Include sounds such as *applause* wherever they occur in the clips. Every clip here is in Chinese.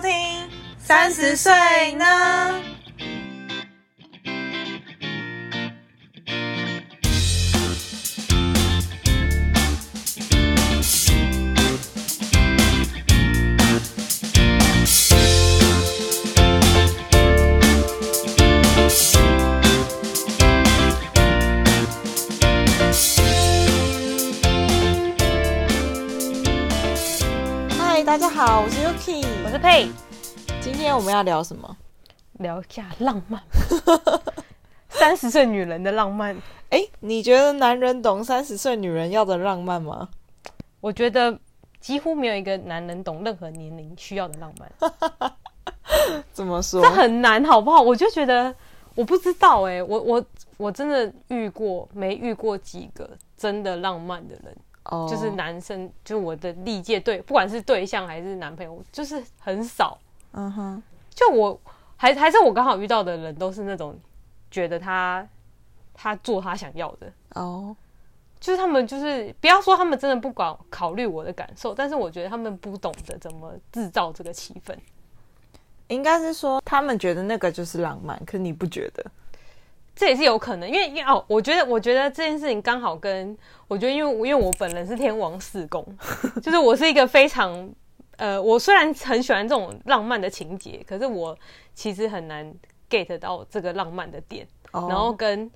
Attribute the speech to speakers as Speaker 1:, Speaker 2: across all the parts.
Speaker 1: 听《三十岁呢》。嗨，大家好，我是 Yuki，
Speaker 2: 我是佩，
Speaker 1: 今天我们要聊什么？
Speaker 2: 聊一下浪漫，三十岁女人的浪漫，
Speaker 1: 哎、你觉得男人懂三十岁女人要的浪漫吗？
Speaker 2: 我觉得几乎没有一个男人懂任何年龄需要的浪漫，
Speaker 1: 怎么说
Speaker 2: 这？很难，好不好？我就觉得我不知道哎、我我我真的遇过没遇过几个真的浪漫的人，
Speaker 1: 哦
Speaker 2: 就是男生，就我的历届对，不管是对象还是男朋友，就是很少。
Speaker 1: 嗯哼，
Speaker 2: 就我还还是我刚好遇到的人都是那种觉得他他做他想要的，
Speaker 1: 哦，
Speaker 2: 就是他们就是不要说他们真的不管考虑我的感受，但是我觉得他们不懂得怎么制造这个气氛。
Speaker 1: 应该是说他们觉得那个就是浪漫，可你不觉得？
Speaker 2: 这也是有可能，因为因为哦，我觉得我觉得这件事情刚好跟我觉得，因为我因为我本人是天王四宫， *laughs* 就是我是一个非常呃，我虽然很喜欢这种浪漫的情节，可是我其实很难 get 到这个浪漫的点。
Speaker 1: 哦
Speaker 2: 然后跟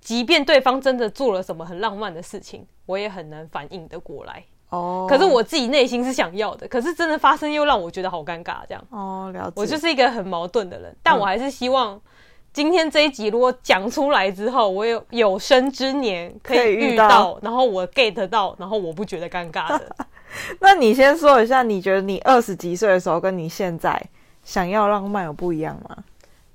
Speaker 2: 即便对方真的做了什么很浪漫的事情，我也很难反应得过来。
Speaker 1: 哦，
Speaker 2: 可是我自己内心是想要的，可是真的发生又让我觉得好尴尬，这样
Speaker 1: 哦了解，
Speaker 2: 我就是一个很矛盾的人。但
Speaker 1: 嗯
Speaker 2: 我还是希望今天这一集如果讲出来之后，我有有生之年可
Speaker 1: 可以
Speaker 2: 以
Speaker 1: 遇
Speaker 2: 遇
Speaker 1: 到
Speaker 2: 到，然后我 get 到，然后我不觉得尴
Speaker 1: *laughs*
Speaker 2: 尬的。
Speaker 1: 那你先说一下，你觉得你二十几岁的时候跟你现在想要浪漫有不一样吗？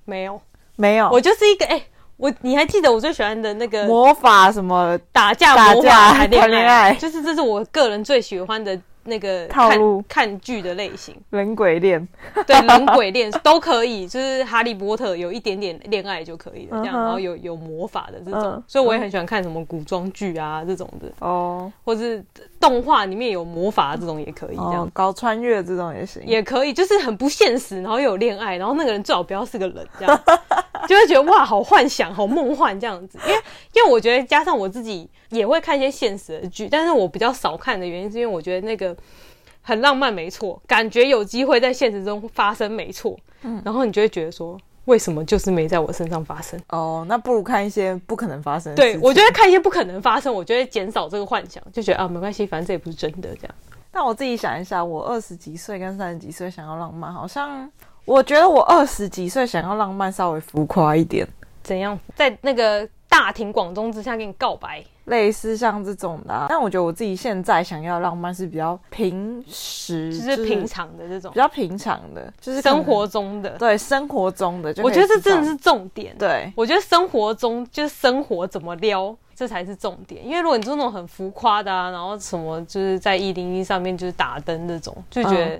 Speaker 2: 没有，
Speaker 1: 没有，
Speaker 2: 我就是一个哎、我你还记得我最喜欢的那个
Speaker 1: 魔法什么
Speaker 2: 打架
Speaker 1: 打
Speaker 2: 魔
Speaker 1: 架
Speaker 2: 法谈恋
Speaker 1: 谈恋爱
Speaker 2: 就是这是我个人最喜欢的那个
Speaker 1: 套
Speaker 2: 看
Speaker 1: 路
Speaker 2: 看剧的类型。
Speaker 1: 人鬼恋，
Speaker 2: 对，人鬼恋都可以，就是哈利波特有一点点恋爱就可以了，这
Speaker 1: 嗯
Speaker 2: 样，
Speaker 1: 哼
Speaker 2: 然后有有魔法的这
Speaker 1: 嗯
Speaker 2: 种，所以我也很喜欢看什么古装剧啊这种的，
Speaker 1: 哦
Speaker 2: 或是动画里面有魔法这种也可以，这
Speaker 1: 哦
Speaker 2: 样，
Speaker 1: 搞穿越这种也行，
Speaker 2: 也可以，就是很不现实，然后又有恋爱，然后那个人最好不要是个人，这样 *laughs* 就会觉得哇，好幻想，好梦幻这样子。因为因为我觉得加上我自己也会看一些现实的剧，但是我比较少看的原因是因为我觉得那个很浪漫，没错，感觉有机会在现实中发生，没错。嗯，然后你就会觉得说，为什么就是没在我身上发生？
Speaker 1: 哦，那不如看一些不可能发生的事
Speaker 2: *laughs* 对
Speaker 1: 情。
Speaker 2: 我觉得看一些不可能发生，我就会减少这个幻想，就觉得啊，没关系，反正这也不是真的这样。
Speaker 1: 但我自己想一下，我二十几岁跟三十几岁想要浪漫，好像我觉得我二十几岁想要浪漫稍微浮夸一点，
Speaker 2: 怎样在那个大庭广众之下跟你告白？
Speaker 1: 类似像这种的、啊。但我觉得我自己现在想要浪漫是比较平时，
Speaker 2: 就是平常的这种
Speaker 1: 比较平常的，就是可能
Speaker 2: 生活中的，
Speaker 1: 对生活中的就可
Speaker 2: 我
Speaker 1: 以
Speaker 2: 觉得这
Speaker 1: 知道
Speaker 2: 真的是重点。，
Speaker 1: 对
Speaker 2: 我觉得生活中就是生活怎么撩，这才是重点。因为如果你做那种很浮夸的啊，然后什么就是在一零一上面就是打灯这种，就觉得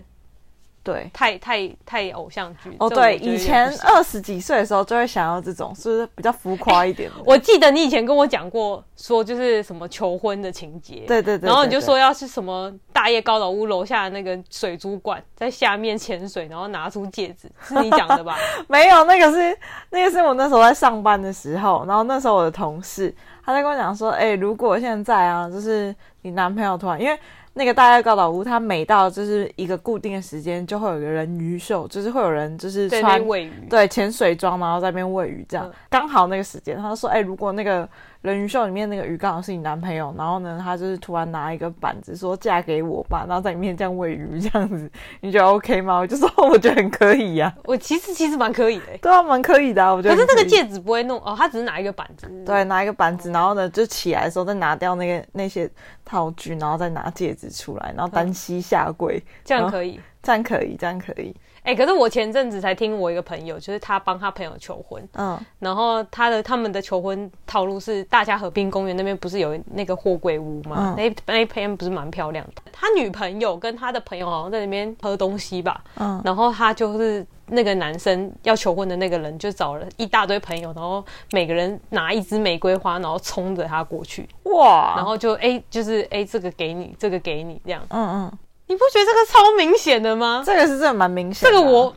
Speaker 1: 对。
Speaker 2: 太、太太偶像剧。
Speaker 1: 嗯哦，
Speaker 2: 这我
Speaker 1: 对，
Speaker 2: 觉得有
Speaker 1: 以
Speaker 2: 点
Speaker 1: 前
Speaker 2: 不行
Speaker 1: 二十几岁的时候就会想要这种，是不是比较浮夸一点的？
Speaker 2: 我记得你以前跟我讲过，说就是什么求婚的情节。
Speaker 1: 对对对，
Speaker 2: 然后你
Speaker 1: 对
Speaker 2: 就说要去什么大叶高岛屋楼下的那个水族馆，在下面潜水，然后拿出戒指，是你讲
Speaker 1: *laughs*
Speaker 2: 的吧？
Speaker 1: 对没有，那个是那个是我那时候在上班的时候，然后那时候我的同事他在跟我讲说，哎、如果现在啊，就是你男朋友突然因为。那个大家高岛屋，它每到就是一个固定的时间，就会有一个人鱼秀，就是会有人就是
Speaker 2: 对，
Speaker 1: 穿
Speaker 2: 那尾鱼。
Speaker 1: 对，潜水装，然后在那边喂鱼，这样
Speaker 2: 嗯
Speaker 1: 刚、好那个时间，他就说，哎、如果那个人鱼秀里面那个鱼刚好是你男朋友，然后呢，他就是突然拿一个板子说嫁给我吧，然后在里面这样喂鱼这样子，你觉得 OK 吗？我就说我觉得很可以啊呀、
Speaker 2: 我其实其实蛮可以的欸、
Speaker 1: 对啊，蛮可以的、啊，我觉
Speaker 2: 可
Speaker 1: 得
Speaker 2: 是
Speaker 1: 很
Speaker 2: 那
Speaker 1: 可以。嗯
Speaker 2: 个戒指不会弄哦，他只是拿一个板子。
Speaker 1: 对，拿一个板子，然后呢，就起来的时候再拿掉那个那些套具，然后再拿戒指出来，然后单膝下跪，
Speaker 2: 这样可以。
Speaker 1: 这样可以，这样可以，
Speaker 2: 哎、可是我前阵子才听我一个朋友，就是他帮他朋友求婚，
Speaker 1: 嗯，
Speaker 2: 然后他的他们的求婚套路是大家河滨公园那边不是有那个货柜屋
Speaker 1: 嗯
Speaker 2: 吗？那那一片不是蛮漂亮的。他女朋友跟他的朋友好像在那边喝东西吧，
Speaker 1: 嗯
Speaker 2: 然后他就是那个男生要求婚的那个人，就找了一大堆朋友，然后每个人拿一支玫瑰花，然后冲着他过去，
Speaker 1: 哇，
Speaker 2: 然后就哎、就是哎、这个给你，这个给你这样。
Speaker 1: 嗯嗯，
Speaker 2: 你不觉得这个超明显的吗？
Speaker 1: 这个是真的蛮明显
Speaker 2: 这
Speaker 1: 的啊、
Speaker 2: 个我，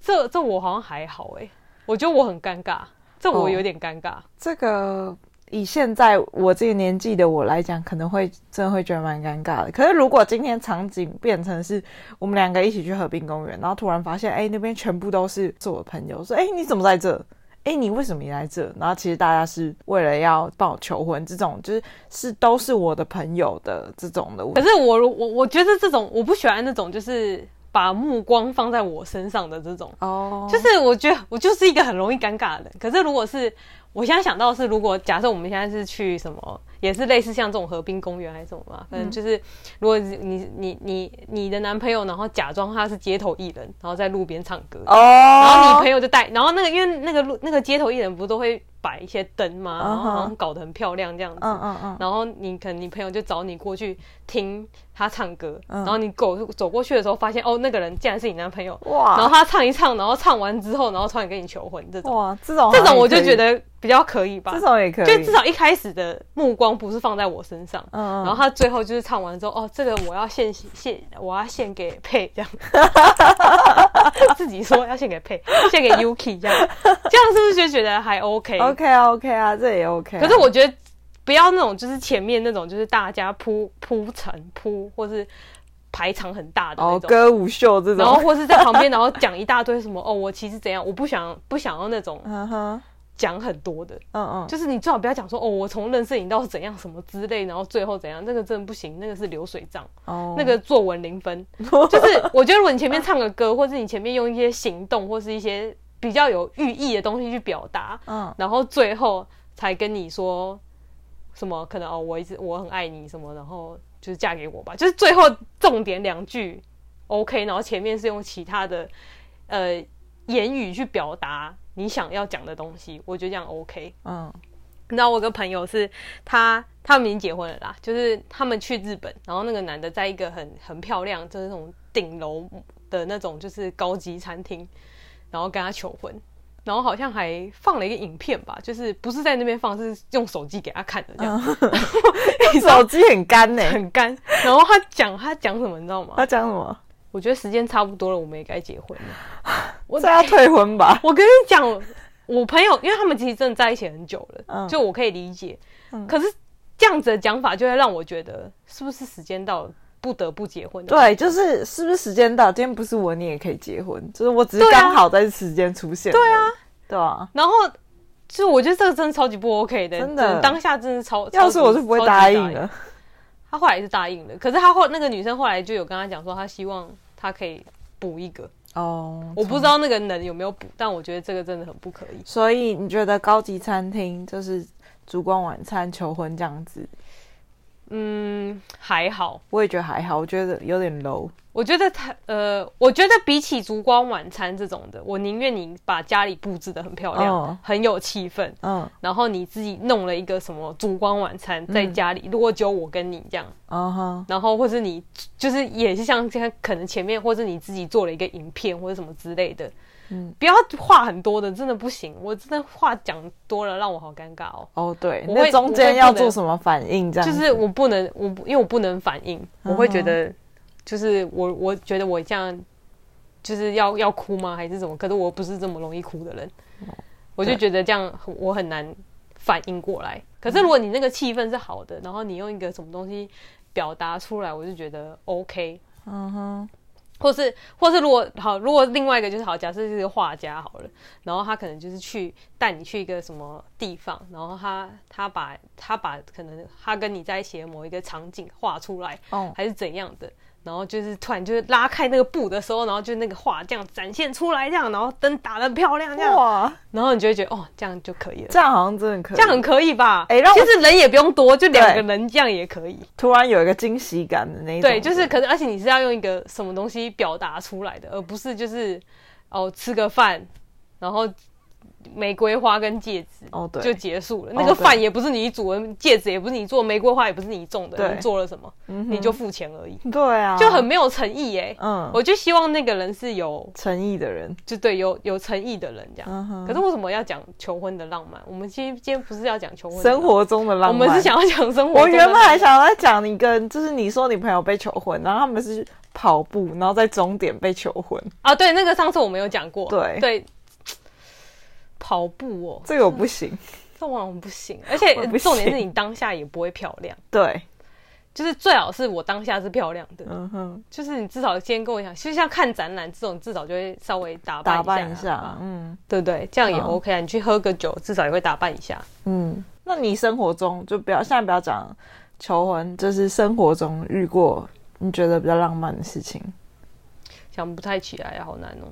Speaker 2: 这这我好像还好哎、我觉得我很尴尬，这我
Speaker 1: 哦
Speaker 2: 有点尴尬。
Speaker 1: 这个以现在我这个年纪的我来讲，可能会真的会觉得蛮尴尬的。可是如果今天场景变成是我们两个一起去河滨公园，然后突然发现，哎、那边全部都是是我的朋友，说，哎、你怎么在这？哎、你为什么也在这？然后其实大家是为了要帮我求婚，这种就是是都是我的朋友的这种的，我
Speaker 2: 可是我如我我觉得这种我不喜欢那种就是把目光放在我身上的这种，
Speaker 1: 哦，
Speaker 2: 就是是我觉得我就是一个很容易尴尬的人。可是如果是我现在想到的是，如果假设我们现在是去什么，也是类似像这种河滨公园还是什么嘛，
Speaker 1: 嗯
Speaker 2: 可能就是如果你你你你你的男朋友，然后假装他是街头艺人，然后在路边唱歌，
Speaker 1: 哦，
Speaker 2: 然后你
Speaker 1: 然
Speaker 2: 朋友就带，然后那个因为那个路那个街头艺人不都会摆一些灯嘛，然
Speaker 1: 嗯
Speaker 2: 后
Speaker 1: 哼
Speaker 2: 好像搞得很漂亮这样子，
Speaker 1: 嗯嗯嗯，
Speaker 2: 然后你可能你朋友就找你过去听他唱歌，
Speaker 1: 嗯
Speaker 2: 然后你走走过去的时候发现哦，那个人竟然是你男朋友，然后
Speaker 1: 哇
Speaker 2: 他唱一唱，然后唱完之后，然后突然跟你求婚这种，
Speaker 1: 哇，这种
Speaker 2: 这种我就
Speaker 1: 好像也可以
Speaker 2: 觉得比较可以吧，
Speaker 1: 哦这种也可以，
Speaker 2: 就至少一开始的目光不是放在我身上。
Speaker 1: 嗯嗯，
Speaker 2: 然后他最后就是唱完之后，哦，这个我要献献，我要献给
Speaker 1: *laughs*
Speaker 2: 佩这样，自己说要献给佩，献给 Yuki 这样，这样是不是就觉得还 OK？
Speaker 1: OK 啊 OK 啊，这也 OK 啊、
Speaker 2: 可是我觉得不要那种就是前面那种就是大家铺铺陈铺或是排场很大的那
Speaker 1: 哦，
Speaker 2: 种。
Speaker 1: 歌舞秀这
Speaker 2: 然后
Speaker 1: 种，
Speaker 2: 或是在旁边，然后讲一大堆什么哦，我其实怎样，我不想不想要那种
Speaker 1: 嗯哼，
Speaker 2: 讲很多的，
Speaker 1: 嗯嗯，
Speaker 2: 就是你最好不要讲说哦，我从认识你到怎样什么之类，然后最后怎样，那个真的不行，那个是流水账。
Speaker 1: 哦，
Speaker 2: 那个作文零分，就是我觉得如果你前面唱个歌，或是你前面用一些行动或是一些比较有寓意的东西去表达，
Speaker 1: 嗯
Speaker 2: 然后最后才跟你说什么可能哦，我一直我很爱你什么，然后就是嫁给我吧，就是最后重点两句 OK，然后前面是用其他的呃言语去表达你想要讲的东西，我觉得这样 OK。
Speaker 1: 嗯
Speaker 2: 你知道我有个朋友是他，他们已经结婚了啦，就是他们去日本，然后那个男的在一个很很漂亮，就是那种顶楼的那种就是高级餐厅，然后跟他求婚，然后好像还放了一个影片吧，就是不是在那边放，是用手机给他看的，这
Speaker 1: 嗯
Speaker 2: 样、 *laughs*
Speaker 1: 手机很干呢、
Speaker 2: 很干。然后他讲他讲什么，你知道吗？
Speaker 1: 他讲什么？
Speaker 2: 我觉得时间差不多了，我们也该结婚了。我
Speaker 1: 这要退婚吧？
Speaker 2: *laughs* 我跟你讲，我朋友，因为他们其实真的在一起很久了，
Speaker 1: 嗯
Speaker 2: 就我可以理解。
Speaker 1: 嗯
Speaker 2: 可是这样子的讲法，就会让我觉得是不是时间到了，不得不结婚？，
Speaker 1: 对，就是是不是时间到？今天不是我，你也可以结婚，就是我只是
Speaker 2: 对啊
Speaker 1: 刚好在时间出现。对啊，对啊，
Speaker 2: 然后就我觉得这个真的超级不 OK 的，
Speaker 1: 真的
Speaker 2: 当下真的超。
Speaker 1: 要是我是不会答应
Speaker 2: 的。
Speaker 1: 的。
Speaker 2: 他后来也是答应了，可是他后那个女生后来就有跟他讲说，她希望他可以补一个，
Speaker 1: 哦，
Speaker 2: 我不知道那个能有没有补，但我觉得这个真的很不可以。
Speaker 1: 所以你觉得高级餐厅就是烛光晚餐、求婚这样子，
Speaker 2: 嗯，还好，
Speaker 1: 我也觉得还好，我觉得有点 low。
Speaker 2: 我觉得他呃，我觉得比起烛光晚餐这种的，我宁愿你把家里布置的很漂亮，
Speaker 1: 哦
Speaker 2: 很有气氛，
Speaker 1: 嗯，
Speaker 2: 然后你自己弄了一个什么烛光晚餐在家里，如果只有我跟你这样，
Speaker 1: 哦哈，
Speaker 2: 然后或是你就是也是像现在可能前面或是你自己做了一个影片或者什么之类的，
Speaker 1: 嗯
Speaker 2: 不要话很多的，真的不行，我真的话讲多了让我好尴尬哦。
Speaker 1: 哦对，
Speaker 2: 我会
Speaker 1: 那中
Speaker 2: 我会
Speaker 1: 间
Speaker 2: 不
Speaker 1: 要
Speaker 2: 能
Speaker 1: 做什么反应？这样
Speaker 2: 就
Speaker 1: 子
Speaker 2: 是我不能，我不因为我不能反应，
Speaker 1: 嗯哼
Speaker 2: 我会觉得，就是我我觉得我这样就是要要哭吗，还是什么？可是我不是这么容易哭的人，
Speaker 1: 哦
Speaker 2: 我
Speaker 1: 嗯
Speaker 2: 就觉得这样很我很难反应过来。可是如果你那个气氛是好的，然后你用一个什么东西表达出来，我就觉得 OK。
Speaker 1: 嗯哼，
Speaker 2: 或是，或是如果好，如果另外一个就是好，假设是一个画家好了，然后他可能就是去带你去一个什么地方，然后他他把他把可能他跟你在一起的某一个场景画出来，
Speaker 1: 哦，
Speaker 2: 还是怎样的，然后就是突然就是拉开那个布的时候，然后就那个画这样展现出来，这样，然后灯打的漂亮，这样，
Speaker 1: 哇，
Speaker 2: 然后你就会觉得哦，这样就可以了，
Speaker 1: 这样好像真的可以，
Speaker 2: 这样很可以吧？
Speaker 1: 哎让我
Speaker 2: 其实人也不用多，就两个
Speaker 1: 对
Speaker 2: 人这样也可以。
Speaker 1: 突然有一个惊喜感的那一种。
Speaker 2: 对，就是可是，而且你是要用一个什么东西表达出来的，而不是就是哦吃个饭，然后玫瑰花跟戒指
Speaker 1: 哦对
Speaker 2: 就结束了。
Speaker 1: 哦
Speaker 2: 那个饭
Speaker 1: 对
Speaker 2: 也不是你煮的，戒指也不是你做，玫瑰花也不是你种的，
Speaker 1: 对
Speaker 2: 你做了什么，
Speaker 1: 嗯
Speaker 2: 你就付钱而已，
Speaker 1: 对啊，
Speaker 2: 就很没有诚意哎、
Speaker 1: 嗯
Speaker 2: 我就希望那个人是有，
Speaker 1: 诚意的人，
Speaker 2: 就对有有诚意的人这样。
Speaker 1: 嗯哼
Speaker 2: 可是为什么要讲求婚的浪漫？我们今天今天不是要讲求婚的浪
Speaker 1: 生
Speaker 2: 漫，
Speaker 1: 活中的浪
Speaker 2: 我
Speaker 1: 漫。
Speaker 2: 们是想要讲生活。
Speaker 1: 我原本还，想要讲你跟，就是你说你朋友被求婚，然后他们是跑步，然后在终点被求婚，
Speaker 2: 啊，对，那个上次我们有讲过，
Speaker 1: 对
Speaker 2: 对，跑步哦，
Speaker 1: 这个我不行。
Speaker 2: 这往往不
Speaker 1: *laughs*
Speaker 2: 行，而且
Speaker 1: 我不
Speaker 2: 重点是
Speaker 1: 行
Speaker 2: 你当下也不会漂亮，
Speaker 1: *laughs* 对，
Speaker 2: 就是最好是我当下是漂亮的，
Speaker 1: 嗯哼，
Speaker 2: 就是你至少今天跟我讲，就像看展览这种，至少就会稍微打扮
Speaker 1: 打扮一
Speaker 2: 一啊
Speaker 1: 下，嗯
Speaker 2: 对不对？这样也
Speaker 1: 嗯
Speaker 2: OK 啊，你去喝个酒，至少也会打扮一下。
Speaker 1: 嗯。那你生活中就不要，现在不要讲求婚，就是生活中遇过你觉得比较浪漫的事情。
Speaker 2: 想不太起来啊，好难哦、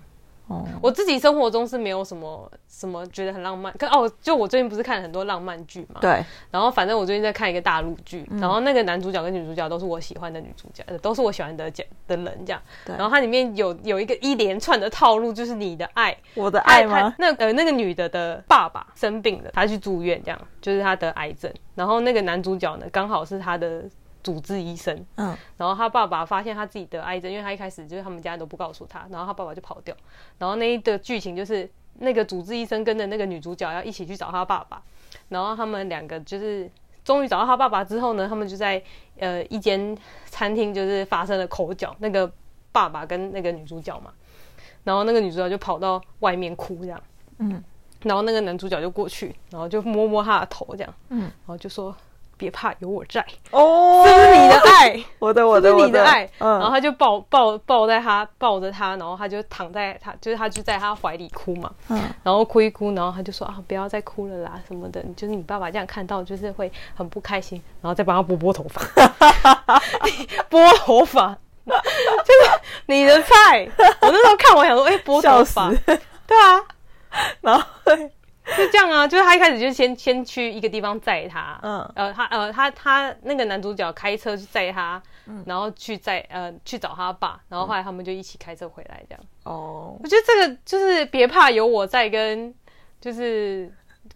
Speaker 1: 哦，
Speaker 2: 我自己生活中是没有什么什么觉得很浪漫，可哦，就我最近不是看了很多浪漫剧嘛，
Speaker 1: 对，
Speaker 2: 然后反正我最近在看一个大陆剧，
Speaker 1: 嗯
Speaker 2: 然后那个男主角跟女主角都是我喜欢的女主角，呃都是我喜欢的角的人这样。
Speaker 1: 对
Speaker 2: 然后它里面有有一个一连串的套路，就是你的爱，
Speaker 1: 我的爱
Speaker 2: 他
Speaker 1: 吗
Speaker 2: 他？那呃那个女的的爸爸生病了，她去住院这样，就是她得癌症。然后那个男主角呢，刚好是他的主治医生，
Speaker 1: 嗯，
Speaker 2: 然后他爸爸发现他自己得癌症，因为他一开始就是他们家人都不告诉他，然后他爸爸就跑掉。然后那一的剧情就是那个主治医生跟着那个女主角要一起去找他爸爸，然后他们两个就是终于找到他爸爸之后呢，他们就在呃一间餐厅就是发生了口角，那个爸爸跟那个女主角嘛，然后那个女主角就跑到外面哭这样，
Speaker 1: 嗯，
Speaker 2: 然后那个男主角就过去，然后就摸摸她的头这样，
Speaker 1: 嗯
Speaker 2: 然后就说别怕，有我在，
Speaker 1: 哦，
Speaker 2: 这是你的爱。
Speaker 1: 我的，我的，
Speaker 2: 这
Speaker 1: 我
Speaker 2: 是你的爱，然
Speaker 1: 嗯，
Speaker 2: 后他就抱抱抱在他抱着他，然后他就躺在他就是他就在他怀里哭嘛，
Speaker 1: 嗯
Speaker 2: 然后哭一哭，然后他就说啊不要再哭了啦什么的，就是你爸爸这样看到就是会很不开心，然后再帮他拨拨头发，
Speaker 1: *laughs*
Speaker 2: 拨头发 *laughs* 就是你的菜。 *laughs* 我那时候看我想说，哎、拨头
Speaker 1: 笑死 *laughs*
Speaker 2: 发，，对啊，
Speaker 1: 然后会
Speaker 2: 就这样啊，就是他一开始就先先去一个地方载他，
Speaker 1: 嗯
Speaker 2: 呃，他呃他他那个男主角开车去载他，然后去载呃去找他爸，然后后来他们就一起开车回来这样。
Speaker 1: 哦，
Speaker 2: 我觉得这个就是别怕有我在跟，就是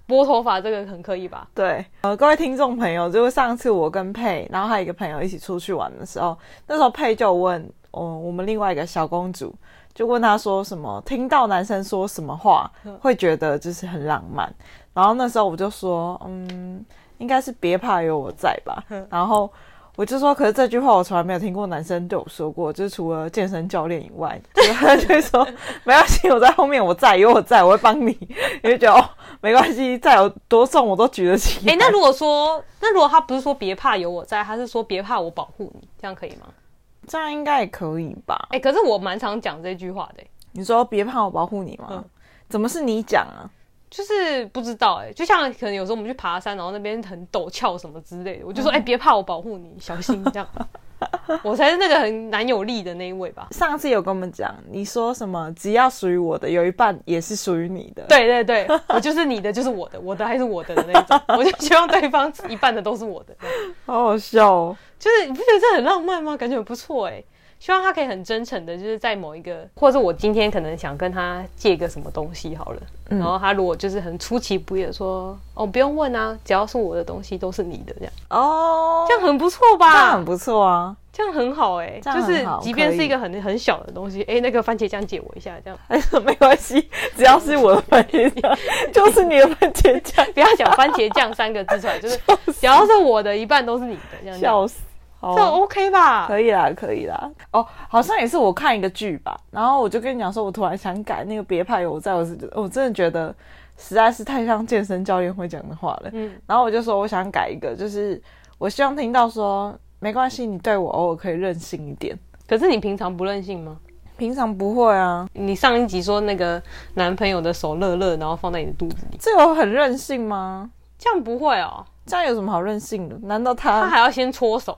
Speaker 2: 拨头发这个很可以吧？
Speaker 1: 对，呃，各位听众朋友，就是上次我跟佩，然后还有一个朋友一起出去玩的时候，那时候佩就问，哦，我们另外一个小公主就问她说什么，听到男生说什么话会觉得就是很浪漫，然后那时候我就说，嗯，应该是别怕有我在吧，然后。我就说，可是这句话我从来没有听过男生对我说过，就是除了健身教练以外， *laughs* 就是他就会说没关系，我在后面，我在，有我在，我会帮你。你就觉得哦，没关系，再有多重我都举得起
Speaker 2: 哎、
Speaker 1: 来。
Speaker 2: 那如果说那如果他不是说别怕有我在，他是说别怕我保护你，这样可以吗？
Speaker 1: 这样应该也可以吧？
Speaker 2: 哎、可是我蛮常讲这句话的、欸
Speaker 1: 你说别怕，我保护你吗？
Speaker 2: 嗯
Speaker 1: 怎么是你讲啊？
Speaker 2: 就是不知道哎、就像可能有时候我们去爬山，然后那边很陡峭什么之类的，我就说哎，别、怕，我保护你，小心这样。 *laughs* 我才是那个很男友力的那一位吧？
Speaker 1: 上次有跟我们讲，你说什么？只要属于我的，有一半也是属于你的。，
Speaker 2: 对对对，我就是你的，就是我的，我的还是我的的那种。我就希望对方一半的都是我的，
Speaker 1: 好好笑哦。
Speaker 2: 就是你不觉得这很浪漫吗？感觉很不错哎、希望他可以很真诚的，就是在某一个，或者我今天可能想跟他借个什么东西好了，
Speaker 1: 嗯
Speaker 2: 然后他如果就是很出其不意的说，哦，不用问啊，只要是我的东西都是你的，这样
Speaker 1: 哦，
Speaker 2: 这样很不错吧？
Speaker 1: 这样很不错啊。
Speaker 2: 这样很好哎、
Speaker 1: 这样
Speaker 2: 就
Speaker 1: 很
Speaker 2: 是
Speaker 1: 好
Speaker 2: 即便
Speaker 1: 可
Speaker 2: 是
Speaker 1: 以
Speaker 2: 一个很很小的东西，哎、那个番茄酱借我一下，这样 *laughs*
Speaker 1: 还是没关系，只要是我的番 *laughs* 茄酱，就是你的 *laughs* 番茄酱。
Speaker 2: 不要讲番茄酱三个字出来， *laughs* 就是只要是我的一半都是你的，这样讲
Speaker 1: 笑死。好
Speaker 2: 这 OK 吧？
Speaker 1: 可以啦，可以啦。哦，好像也是我看一个剧吧，然后我就跟你讲说，我突然想改那个别怕有我在，我是我真的觉得实在是太像健身教练会讲的话了。
Speaker 2: 嗯，
Speaker 1: 然后我就说我想改一个，就是我希望听到说没关系，你对我偶尔可以任性一点，
Speaker 2: 可是你平常不任性吗？
Speaker 1: 平常不会啊，
Speaker 2: 你上一集说那个男朋友的手热热，然后放在你的肚子里，
Speaker 1: 这有很任性吗？
Speaker 2: 这样不会哦，
Speaker 1: 这样有什么好任性的？难道
Speaker 2: 他
Speaker 1: 他
Speaker 2: 还要先搓 *laughs* 手，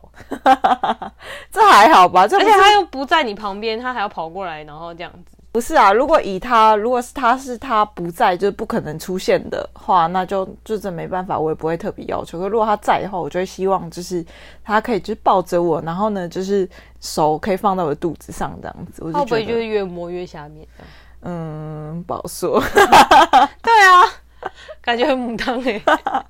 Speaker 1: 这还好吧？这
Speaker 2: 而
Speaker 1: 不
Speaker 2: 且
Speaker 1: 是
Speaker 2: 他又不在你旁边，他还要跑过来，然后这样子。
Speaker 1: 不是啊？如果以他，如果是他是他不在，就是不可能出现的话，那就就真没办法，我也不会特别要求。可如果他在的话，我就会希望就是他可以就是抱着我，然后呢，就是手可以放在我的肚子上这样子，我
Speaker 2: 他会
Speaker 1: 就
Speaker 2: 不会
Speaker 1: 觉
Speaker 2: 就
Speaker 1: 得
Speaker 2: 是越摸越下面？这样
Speaker 1: 嗯，不好说。
Speaker 2: 对啊， *laughs* 感觉很母汤哎、
Speaker 1: *laughs*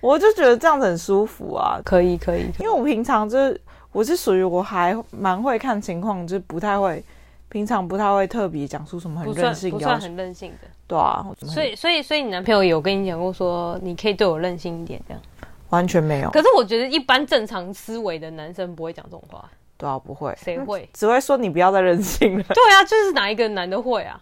Speaker 1: 我就觉得这样子很舒服啊。
Speaker 2: 可以可以，
Speaker 1: *laughs* 因为我平常就是我是属于我还蛮会看情况，就是不太会，平常不太会特别讲出什么很
Speaker 2: 不
Speaker 1: 任
Speaker 2: 算
Speaker 1: 性
Speaker 2: 不
Speaker 1: 要
Speaker 2: 算
Speaker 1: 求，
Speaker 2: 很任性的。
Speaker 1: 对啊，我怎么
Speaker 2: 所以所以所以你男朋友有跟你讲过说你可以对我任性一点这样？
Speaker 1: 完全没有，
Speaker 2: 可是我觉得一般正常思维的男生不会讲这种
Speaker 1: *laughs*
Speaker 2: 话，
Speaker 1: 对啊，不会，
Speaker 2: 谁会？
Speaker 1: 只会说你不要再任性了， *laughs*
Speaker 2: 对啊，就是哪一个男的会啊？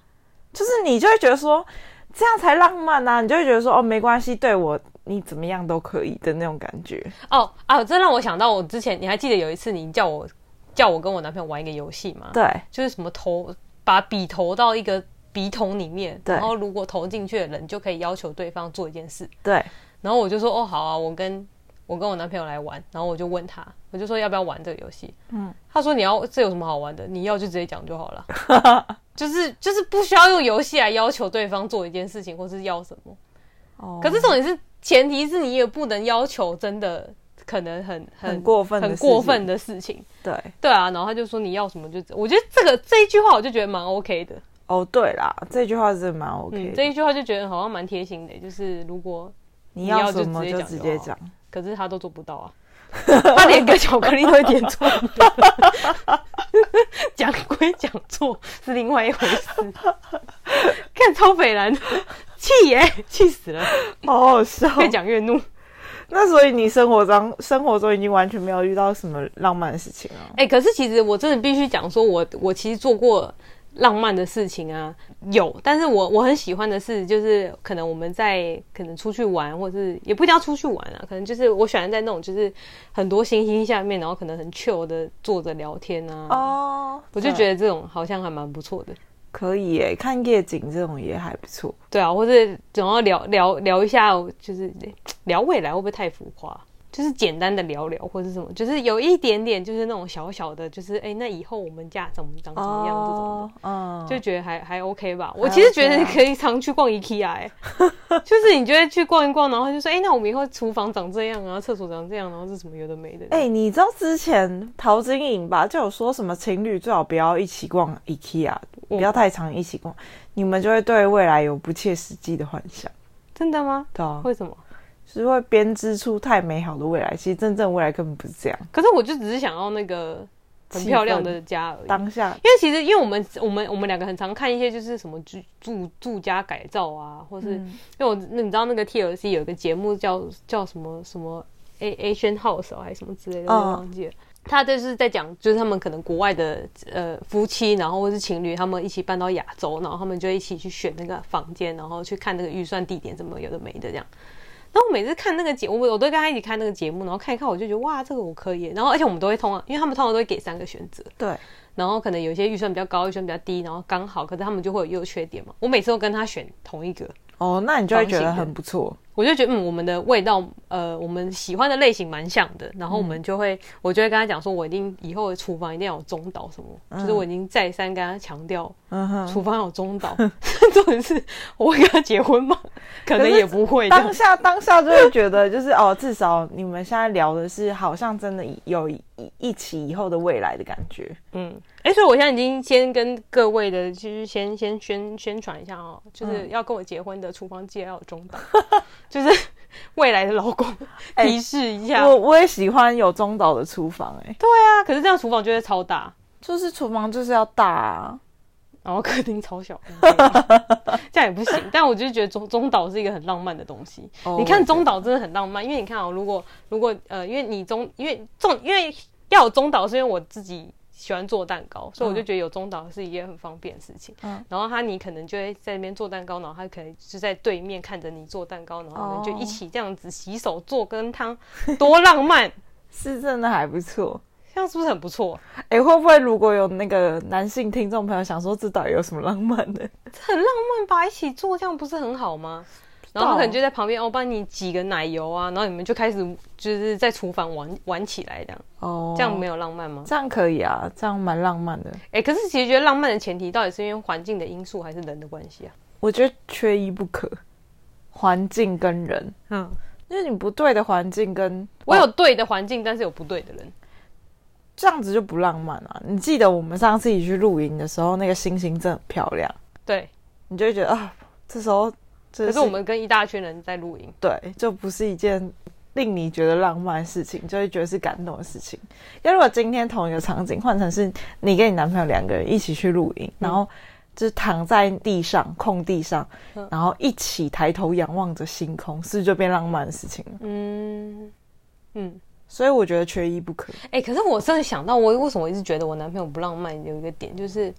Speaker 1: 就是你就会觉得说这样才浪漫啊，你就会觉得说哦没关系，对我你怎么样都可以的那种感觉，
Speaker 2: 哦啊，这让我想到我之前，你还记得有一次你叫我叫我跟我男朋友玩一个游戏吗？
Speaker 1: 对
Speaker 2: 就是什么投把笔投到一个笔筒里面，
Speaker 1: 对
Speaker 2: 然后如果投进去的人就可以要求对方做一件事。
Speaker 1: 对，
Speaker 2: 然后我就说哦好啊，我跟我跟我男朋友来玩，然后我就问他，我就说要不要玩这个游戏？
Speaker 1: 嗯
Speaker 2: 嗯，他说你要这有什么好玩的？你要就直接讲就
Speaker 1: *laughs*
Speaker 2: 好了，就是就是不需要用游戏来要求对方做一件事情或是要什么。
Speaker 1: 哦，
Speaker 2: 可是重点是，前提是你也不能要求真的可能很
Speaker 1: 很过分的
Speaker 2: 很
Speaker 1: 事情
Speaker 2: 过分的事情。
Speaker 1: 对
Speaker 2: 对啊，然后他就说你要什么就，我觉得这个这一句话我就觉得蛮 OK 的。
Speaker 1: 哦对啦，这句话是真的蛮 OK，
Speaker 2: 嗯，
Speaker 1: 的、
Speaker 2: 这一句话就觉得好像蛮贴心的，就是如果
Speaker 1: 你
Speaker 2: 要
Speaker 1: 要
Speaker 2: 就
Speaker 1: 什么
Speaker 2: 直接
Speaker 1: 就
Speaker 2: 讲
Speaker 1: 直
Speaker 2: 就
Speaker 1: 接
Speaker 2: 好
Speaker 1: 讲，
Speaker 2: 可是他都做不到啊， *laughs* 他连个巧克力都会点错，讲归讲错是另外一回事。看超北蓝，气耶，气死了，
Speaker 1: 好哦好笑。
Speaker 2: 越讲越怒。
Speaker 1: 那所以你生活中生活中已经完全没有遇到什么浪漫的事情了。
Speaker 2: 哎、可是其实我真的必须讲说我，我其实做过浪漫的事情啊，有，但是我我很喜欢的是，就是可能我们在可能出去玩，或者是也不一定要出去玩啊，可能就是我喜欢在那种就是很多星星下面，然后可能很 chill 的坐着聊天啊。
Speaker 1: 哦，
Speaker 2: 我就觉得这种好像还蛮不错的，
Speaker 1: 可以耶，看夜景这种也还不错。
Speaker 2: 对啊，或者然后聊聊聊一下，就是聊未来会不会太浮夸？就是简单的聊聊或者什么，就是有一点点就是那种小小的，就是哎、那以后我们家长长怎么样这种的。
Speaker 1: 哦，嗯，
Speaker 2: 就觉得还还 OK 吧。我
Speaker 1: 还
Speaker 2: 其实觉
Speaker 1: OK
Speaker 2: 得
Speaker 1: 啊
Speaker 2: 可以常去逛 IKEA，、欸、
Speaker 1: *laughs*
Speaker 2: 就是你就会去逛一逛，然后就说，哎、那我们以后厨房长这样啊，厕所长这样，然后是什么有的没的。
Speaker 1: 哎、你知道之前陶晶莹吧，就有说什么情侣最好不要一起逛 IKEA，
Speaker 2: 嗯
Speaker 1: 不要太常一起逛，你们就会对未来有不切实际的幻想。
Speaker 2: 真的吗？
Speaker 1: 对啊，
Speaker 2: 为什么？
Speaker 1: 就是会编织出太美好的未来，其实真正未来根本不是这样。
Speaker 2: 可是我就只是想要那个很
Speaker 1: 气
Speaker 2: 漂亮
Speaker 1: 氛
Speaker 2: 的家而已。
Speaker 1: 当下
Speaker 2: 因为其实，因为我们我们我们两个很常看一些就是什么住住住家改造啊，或是、
Speaker 1: 嗯
Speaker 2: 因为我那你知道那个 TLC 有一个节目叫叫什么什么 A Asian House 哦还是什么之类的，我也
Speaker 1: 嗯
Speaker 2: 忘记了。他就是在讲，就是他们可能国外的呃夫妻，然后或是情侣，他们一起搬到亚洲，然后他们就一起去选那个房间，然后去看那个预算地点什么有的没的这样。然后我每次看那个节，我我都跟他一起看那个节目，然后看一看我就觉得哇，这个我可以。然后而且我们都会通常，因为他们通常都会给三个选择，
Speaker 1: 对，
Speaker 2: 然后可能有些预算比较高，预算比较低，然后刚好，可是他们就会有优缺点嘛。我每次都跟他选同一个，
Speaker 1: 哦，那你就会觉得
Speaker 2: 方形的
Speaker 1: 很不错。
Speaker 2: 我就觉得嗯，我们的味道，呃，我们喜欢的类型蛮像的。然后
Speaker 1: 嗯
Speaker 2: 我们就会，我就会跟他讲说，我一定以后的厨房一定要有中岛什么，就是我已经再三跟他强调，
Speaker 1: 嗯哼，
Speaker 2: 厨房要有
Speaker 1: *laughs*
Speaker 2: 中岛。 *laughs* 重点是，我会跟他结婚吗？可能
Speaker 1: 可是
Speaker 2: 也不会这样
Speaker 1: 当。
Speaker 2: *laughs*
Speaker 1: 下当下就会觉得，就是哦，至少你们现在聊的是好像真的有一一起以后的未来的感觉。
Speaker 2: 嗯，哎、所以我现在已经先跟各位的，就是先先宣宣传一下哦，就是
Speaker 1: 嗯
Speaker 2: 要跟我结婚的厨房界要有中岛， *laughs* 就是未来的老公
Speaker 1: 哎
Speaker 2: 提示一下。
Speaker 1: 我我也喜欢有中岛的厨房、欸，哎，
Speaker 2: 啊对啊，可是这样厨房就会超大，
Speaker 1: 就是厨房就是要大、啊，
Speaker 2: 然后客厅
Speaker 1: *laughs*
Speaker 2: 超小，这样也不行。但我就是觉得中中岛是一个很浪漫的东西。
Speaker 1: 哦
Speaker 2: 你看中岛真的很浪漫，因为你看哦，如果如果呃，因为你中因为中因为要有中岛，是因为我自己喜欢做蛋糕，所以我就觉得有中岛是一件很方便的事情。
Speaker 1: 嗯
Speaker 2: 然后他你可能就会在那边做蛋糕，然后他可能就在对面看着你做蛋糕，然后
Speaker 1: 哦
Speaker 2: 你们就一起这样子洗手做羹汤，多浪漫！ *laughs*
Speaker 1: 是真的还不错。
Speaker 2: 这样是不是很不错？
Speaker 1: 哎、会不会如果有那个男性听众朋友想说，这到底有什么浪漫的？
Speaker 2: 很浪漫吧？一起做这样不是很好吗？然后他可能就在旁边，哦，帮你挤个奶油啊，然后你们就开始就是在厨房玩玩起来，这样
Speaker 1: 哦，
Speaker 2: 这样没有浪漫吗？
Speaker 1: 这样可以啊，这样蛮浪漫的。
Speaker 2: 哎、可是其实觉得浪漫的前提到底是因为环境的因素还是人的关系啊？
Speaker 1: 我觉得缺一不可，环境跟人，
Speaker 2: 嗯，
Speaker 1: 因为你不对的环境跟
Speaker 2: 我有对的环境，但是有不对的人。
Speaker 1: 这样子就不浪漫啊！你记得我们上次一起去露营的时候，那个星星真的很漂亮，
Speaker 2: 对，
Speaker 1: 你就会觉得啊，这时候这
Speaker 2: 可是我们跟一大群人在露营，
Speaker 1: 对，就不是一件令你觉得浪漫的事情，就会觉得是感动的事情。因为如果今天同一个场景换成是你跟你男朋友两个人一起去露营，然后就是躺在地上空地上
Speaker 2: 嗯，
Speaker 1: 然后一起抬头仰望着星空，是不是就变浪漫的事情了？
Speaker 2: 嗯嗯，
Speaker 1: 所以我觉得缺一不可。
Speaker 2: 哎、可是我真的想到，我为什么一直觉得我男朋友不浪漫，有一个点就是。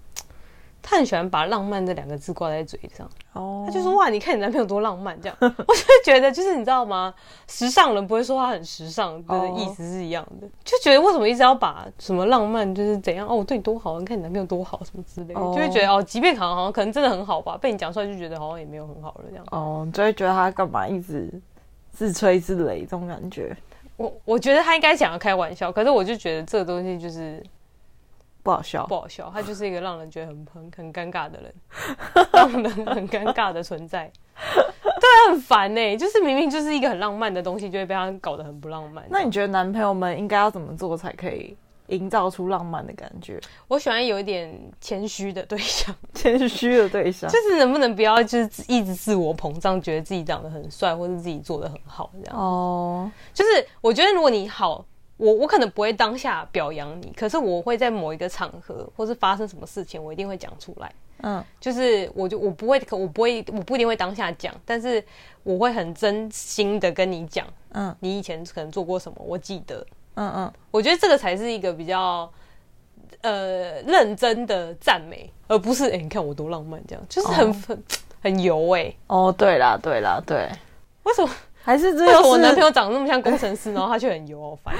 Speaker 2: 他很喜欢把“浪漫”这两个字挂在嘴上，
Speaker 1: 哦，
Speaker 2: 他就说：“哇，你看你男朋友多浪漫！”这样， *laughs* 我就会觉得就是你知道吗？时尚人不会说他很时尚，的
Speaker 1: 哦
Speaker 2: 意思是一样的，就觉得为什么一直要把什么浪漫就是怎样哦，我对你多好，你看你男朋友多好什么之类的，
Speaker 1: 哦
Speaker 2: 就会觉得哦，即便好像好像可能真的很好吧，被你讲出来就觉得好像也没有很好了这样。
Speaker 1: 哦，你就会觉得他干嘛一直自吹自擂这种感觉，
Speaker 2: 我我觉得他应该想要开玩笑，可是我就觉得这个东西就是
Speaker 1: 不好笑
Speaker 2: 不。好笑，他就是一个让人觉得很很很尴尬的人， *laughs* 让人很尴尬的存在。 *laughs* 对，很烦呢、欸就是明明就是一个很浪漫的东西，就会被他搞得很不浪漫。
Speaker 1: 那你觉得男朋友们应该要怎么做才可以营造出浪漫的感觉？ *laughs*
Speaker 2: 我喜欢有一点谦虚的对象，啊
Speaker 1: 谦虚的对象，
Speaker 2: *laughs* 就是能不能不要就是一直自我膨胀，觉得自己长得很帅，或是自己做的很好这样。
Speaker 1: 哦，
Speaker 2: 就是我觉得如果你好，我我可能不会当下表扬你，可是我会在某一个场合，或是发生什么事情，我一定会讲出来。
Speaker 1: 嗯，
Speaker 2: 就是我就我不会，可我不会，我不一定会当下讲，但是我会很真心的跟你讲，
Speaker 1: 嗯
Speaker 2: 你以前可能做过什么，我记得。
Speaker 1: 嗯嗯，
Speaker 2: 我觉得这个才是一个比较呃认真的赞美，而不是哎、欸你看我多浪漫这样，就是很、
Speaker 1: 哦
Speaker 2: 很很油哎、
Speaker 1: 哦，对啦，对啦，对，
Speaker 2: 为什么？
Speaker 1: 还是这
Speaker 2: 为什
Speaker 1: 就是
Speaker 2: *laughs* 么我男朋友长得那么像工程师，然后他却很油，好烦！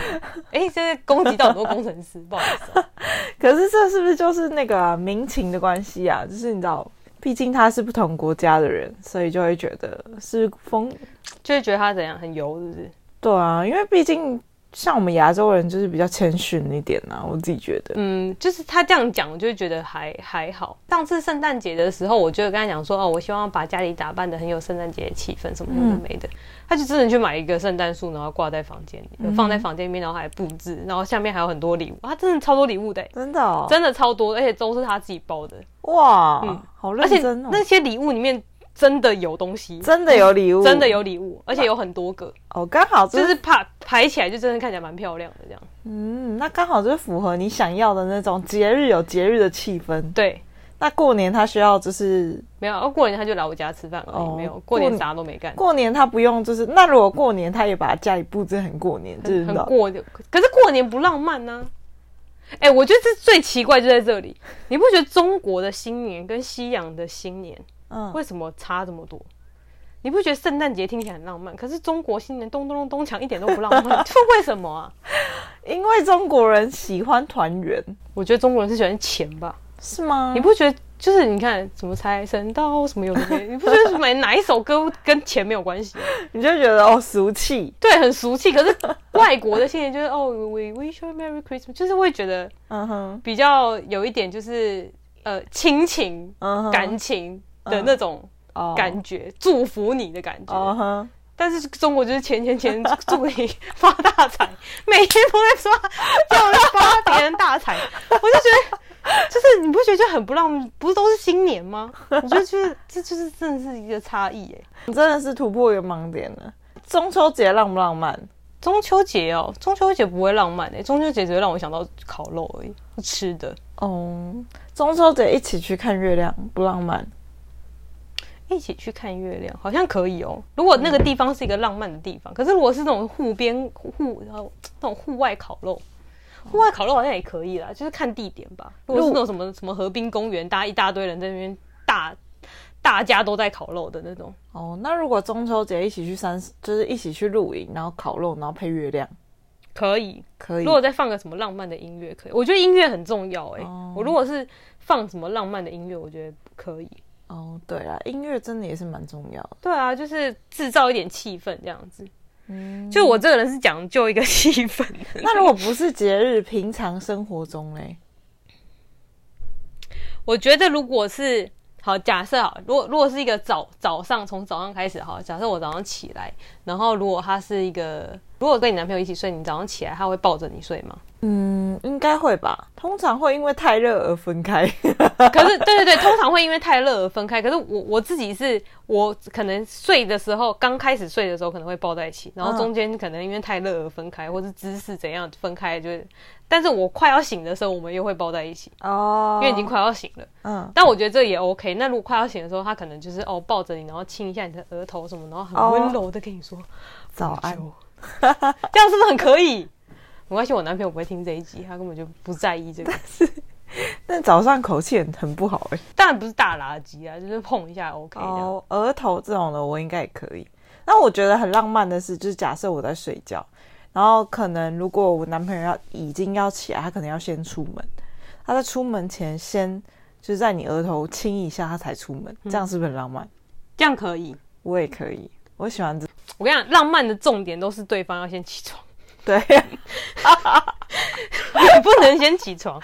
Speaker 2: 哎、现在攻击到很多工程师，不好意思、啊。
Speaker 1: 可是这是不是就是那个、啊、民情的关系啊？就是你知道，毕竟他是不同国家的人，所以就会觉得是风，
Speaker 2: *laughs* 就会觉得他怎样很油，是不是？
Speaker 1: 对啊，因为毕竟像我们亚洲人就是比较谦逊一点啊，我自己觉得，
Speaker 2: 嗯，就是他这样讲，我就会觉得还还好。上次圣诞节的时候，我就跟他讲说，哦，我希望把家里打扮的很有圣诞节的气氛，什么有的没的。他就真的去买一个圣诞树，然后挂在房间里，
Speaker 1: 嗯
Speaker 2: 放在房间里面，然后还布置，然后下面还有很多礼物。他真的超多礼物的欸、
Speaker 1: 真的、哦，
Speaker 2: 真的超多，而且都是他自己包的，
Speaker 1: 哇，
Speaker 2: 嗯
Speaker 1: 好
Speaker 2: 而
Speaker 1: 认
Speaker 2: 且
Speaker 1: 真哦，
Speaker 2: 那些礼物里面真的有东西，
Speaker 1: 真的有礼物，
Speaker 2: 真的有礼物，而且有很多个，
Speaker 1: 哦，刚好就、
Speaker 2: 就是是排排起来就真的看起来蛮漂亮的这样。
Speaker 1: 嗯，那刚好就是符合你想要的那种节日有节日的气氛。
Speaker 2: 对，
Speaker 1: 那过年他需要就是
Speaker 2: 没有，哦过年他就来我家吃饭而已，
Speaker 1: 哦
Speaker 2: 没有过
Speaker 1: 过
Speaker 2: 年
Speaker 1: 年
Speaker 2: 啥都没干。
Speaker 1: 过年他不用就是那如果过年他也把家里布置很过年，就是
Speaker 2: 很
Speaker 1: 你知
Speaker 2: 很
Speaker 1: 道
Speaker 2: 过的，可是过年不浪漫呢、哎、我觉得这最奇怪就在这里，你不觉得中国的新年跟西洋的新年
Speaker 1: 嗯，
Speaker 2: 为什么差这么多？你不觉得圣诞节听起来很浪漫，可是中国新年咚咚咚咚锵一点都不浪
Speaker 1: *laughs*
Speaker 2: 漫，这为什么啊？
Speaker 1: 因为中国人喜欢团圆，
Speaker 2: 我觉得中国人是喜欢钱吧？
Speaker 1: 是吗
Speaker 2: 你？不觉得就是你看什么财神到什么有的
Speaker 1: *laughs*
Speaker 2: 没的，你不觉得买哪一首歌跟钱没有关系？
Speaker 1: 你就觉得哦俗气，
Speaker 2: 对，很俗气。可是外国的新年就是哦，we wish you a merry Christmas，就是会觉得
Speaker 1: 嗯哼，
Speaker 2: 比较有一点就是呃亲情、
Speaker 1: 嗯哼，
Speaker 2: 感情的那种
Speaker 1: 哦
Speaker 2: 感觉，祝福你的感觉。
Speaker 1: 哦哼，
Speaker 2: 但是中国就是钱钱钱，祝你发大财，每天都在说叫人发别人大财，我就觉得。就是你不觉得就很不浪漫，不是都是新年吗？我觉得就是这就是真的是一个差异哎。
Speaker 1: 你真的是突破一个盲点了。中秋节浪不浪漫？
Speaker 2: 中秋节哦，中秋节不会浪漫哎，中秋节只会让我想到烤肉而已，吃的。
Speaker 1: 哦，中秋节一起去看月亮不浪漫？
Speaker 2: 一起去看月亮，好像可以哦。如果那个地方是一个浪漫的地方，可是如果是那种湖边户然后那种户外烤肉，户外烤肉好像也可以啦，就是看地点吧。如果是那种什么什么河滨公园，大家一大堆人在那边大大家都在烤肉的那种，
Speaker 1: 哦，那如果中秋节一起去山，就是一起去露营，然后烤肉，然后配月亮，
Speaker 2: 可以。
Speaker 1: 可以
Speaker 2: 如。果再放个什么浪漫的音乐，可以。我觉得音乐很重要哎、
Speaker 1: 哦
Speaker 2: 我如果是放什么浪漫的音乐，我觉得不可以。
Speaker 1: 哦，对啦，音乐真的也是蛮重要的。
Speaker 2: 对啊，就是制造一点气氛这样子。
Speaker 1: 嗯，
Speaker 2: 就我这个人是讲究一个气氛的。
Speaker 1: 那如果不是节日，平常生活中嘞，
Speaker 2: 我觉得如果是好假设好，如果如果是一个早早上从早上开始好，假设我早上起来，然后如果它是一个如果跟你男朋友一起睡，你早上起来他会抱着你睡吗？
Speaker 1: 嗯，应该会吧。通常会因为太热而分开。
Speaker 2: 可是，对对对，通常会因为太热而分开。可是我我自己是我可能睡的时候，刚开始睡的时候可能会抱在一起，然后中间可能因为太热而分开，或是姿势怎样分开，就是。但是我快要醒的时候，我们又会抱在一起，
Speaker 1: 哦，
Speaker 2: 因为已经快要醒了。
Speaker 1: 嗯，
Speaker 2: 但我觉得这也 OK。那如果快要醒的时候，他可能就是哦抱着你，然后亲一下你的额头什么，然后很温柔的跟你说、
Speaker 1: 早安 *laughs*
Speaker 2: 久。这样是不是很可以？没关系，我男朋友不会听这一集，他根本就不在意
Speaker 1: *laughs*
Speaker 2: 这个。
Speaker 1: 但早上口气很很不好哎、
Speaker 2: 当然不是大垃圾啊，就是碰一下 OK 的。
Speaker 1: 哦，额头这种的我应该也可以。那我觉得很浪漫的是，就是假设我在睡觉，然后可能如果我男朋友要已经要起来，他可能要先出门，他在出门前先就是在你额头亲一下，他才出门，这样是不是很浪漫？
Speaker 2: 这样可以。
Speaker 1: 我也可以，我喜欢这
Speaker 2: 我跟你讲，浪漫的重点都是对方要先起床，
Speaker 1: 对，
Speaker 2: 你 *laughs* 不能先起床。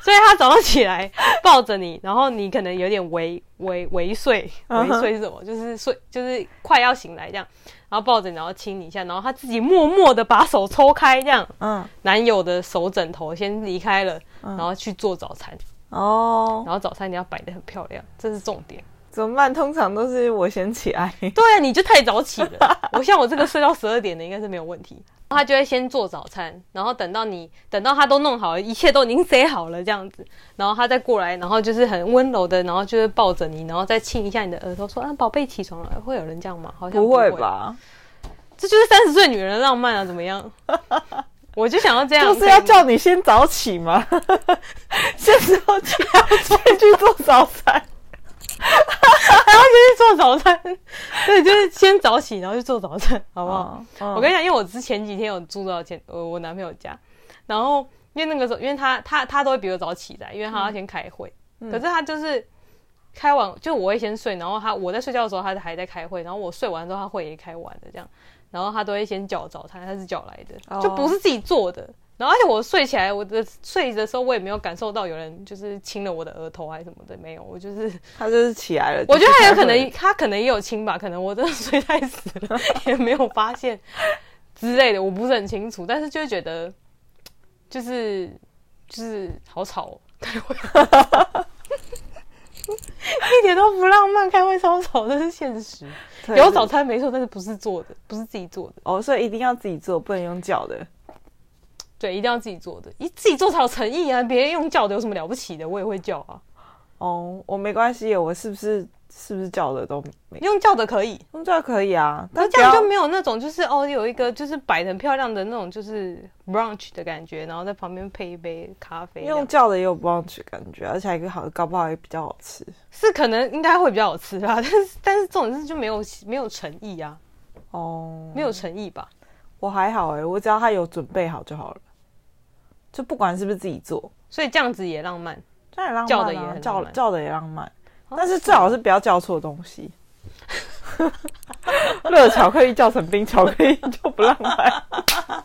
Speaker 2: 所以他早上起来抱着你，然后你可能有点微微微睡，
Speaker 1: 嗯
Speaker 2: 微
Speaker 1: 哼
Speaker 2: 睡是什么？就是睡，就是快要醒来这样，然后抱着你，然后亲你一下，然后他自己默默的把手抽开，这样
Speaker 1: *laughs* 嗯，
Speaker 2: 男友的手枕头先离开了，然后去做早餐，
Speaker 1: 哦，
Speaker 2: 然后早餐你要摆的很漂亮，这是重点。
Speaker 1: 怎么办？通常都是我先起 *laughs* 来，
Speaker 2: 对啊，你就太早起
Speaker 1: *laughs*
Speaker 2: 了。我像我这个睡到十二点的，应该是没有问题。他就会先做早餐，然后等到你等到他都弄好了，一切都已经塞好了这样子，然后他再过来，然后就是很温柔的，然后就是抱着你，然后再亲一下你的额头，说：“啊，宝贝，起床了。”会有人这样吗？好像
Speaker 1: 不
Speaker 2: 不
Speaker 1: 会？吧？
Speaker 2: 这就是三十岁女人的浪漫啊，怎么样？ *laughs* 我就想要这样，
Speaker 1: 就是要叫你先早起嘛， *laughs* 先早 *laughs* 起先去做早餐。
Speaker 2: 然后就去做早餐， *laughs* 对，就是先早起，然后去做早餐，好不好？
Speaker 1: 嗯
Speaker 2: 我跟你讲，因为我之前几天有住到前我我男朋友家，然后因为那个时候，因为他他他都会比我早起来，因为他要先开会，
Speaker 1: 嗯
Speaker 2: 可是他就是开完就我会先睡，然后他我在睡觉的时候他还在开会，然后我睡完之后他会也开完了这样，然后他都会先叫早餐，他是叫来
Speaker 1: 哦
Speaker 2: 的，就不是自己做的。然后，而且我睡起来，我的睡的时候，我也没有感受到有人就是亲了我的额头还是什么的，没有，我就是
Speaker 1: 他就是起来了。
Speaker 2: 我觉得他有可
Speaker 1: 就
Speaker 2: 能，
Speaker 1: 是
Speaker 2: 他可能也有亲吧，可能我真的睡太死了，也没有发现之类的，我不是很清楚，但是就会觉得，就是就是好吵、哦，开会，一点都不浪漫，开会超吵，这是现实。
Speaker 1: 开会
Speaker 2: 有早餐没错，但是不是做的，不是自己做的，
Speaker 1: 哦，所以一定要自己做，不能用叫的。
Speaker 2: 对，一定要自己做的，一自己做才有诚意啊，别人用叫的有什么了不起的？我也会叫啊，
Speaker 1: 哦，我没关系，我是不是是不是叫的都没
Speaker 2: 用叫的可以，
Speaker 1: 用叫可以啊，
Speaker 2: 那
Speaker 1: 但
Speaker 2: 这样
Speaker 1: 不要
Speaker 2: 就没有那种就是哦，有一个就是摆的漂亮的那种就是 brunch 的感觉，然后在旁边配一杯咖啡这样，
Speaker 1: 用叫的也有 brunch 感觉，而且还好，搞不好也比较好吃。
Speaker 2: 是可能应该会比较好吃 *laughs* 啦，但是但是这种事就没有没有诚意啊，
Speaker 1: 哦，
Speaker 2: 没有诚意吧？
Speaker 1: 我还好哎、我只要他有准备好就好了，就不管是不是自己做，
Speaker 2: 所以这样子也浪漫。
Speaker 1: 这样也浪漫、啊、
Speaker 2: 叫的也很浪
Speaker 1: 叫
Speaker 2: 漫
Speaker 1: 叫的也浪漫。但是最好是不要叫错东西。热巧克力叫成冰巧克力就不浪漫。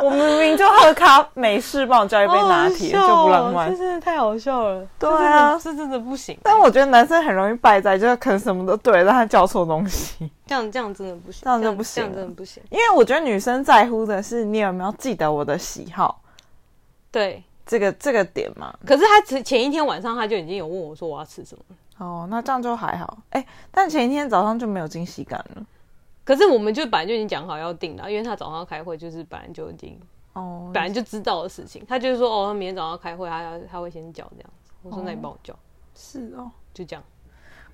Speaker 1: 我明明就喝咖美式，帮我叫一杯拿铁、
Speaker 2: 好好笑
Speaker 1: 就
Speaker 2: 哦
Speaker 1: 不浪漫
Speaker 2: 这。真的太好笑了。
Speaker 1: 对啊
Speaker 2: 这真的这真的不行，
Speaker 1: 但我觉得男生很容易败在，就是可能什么都对，但他叫错东西。
Speaker 2: 这样这样真的不行，
Speaker 1: 这样就不行
Speaker 2: 这样真的不行。
Speaker 1: 因为我觉得女生在乎的是你有没有记得我的喜好，
Speaker 2: 对，
Speaker 1: 这个这个点嘛。
Speaker 2: 可是他前前一天晚上他就已经有问我说我要吃什么了，
Speaker 1: 哦，那这样就还好。哎、但前一天早上就没有惊喜感了。
Speaker 2: 可是我们就本来就已经讲好要订啊了，因为他早上要开会，就是本来就已经
Speaker 1: 哦，
Speaker 2: 本来就知道的事情。他就是说，哦，他明天早上要开会，他要他会先叫这样子。我说，那你帮我叫，
Speaker 1: 是哦，
Speaker 2: 就这样，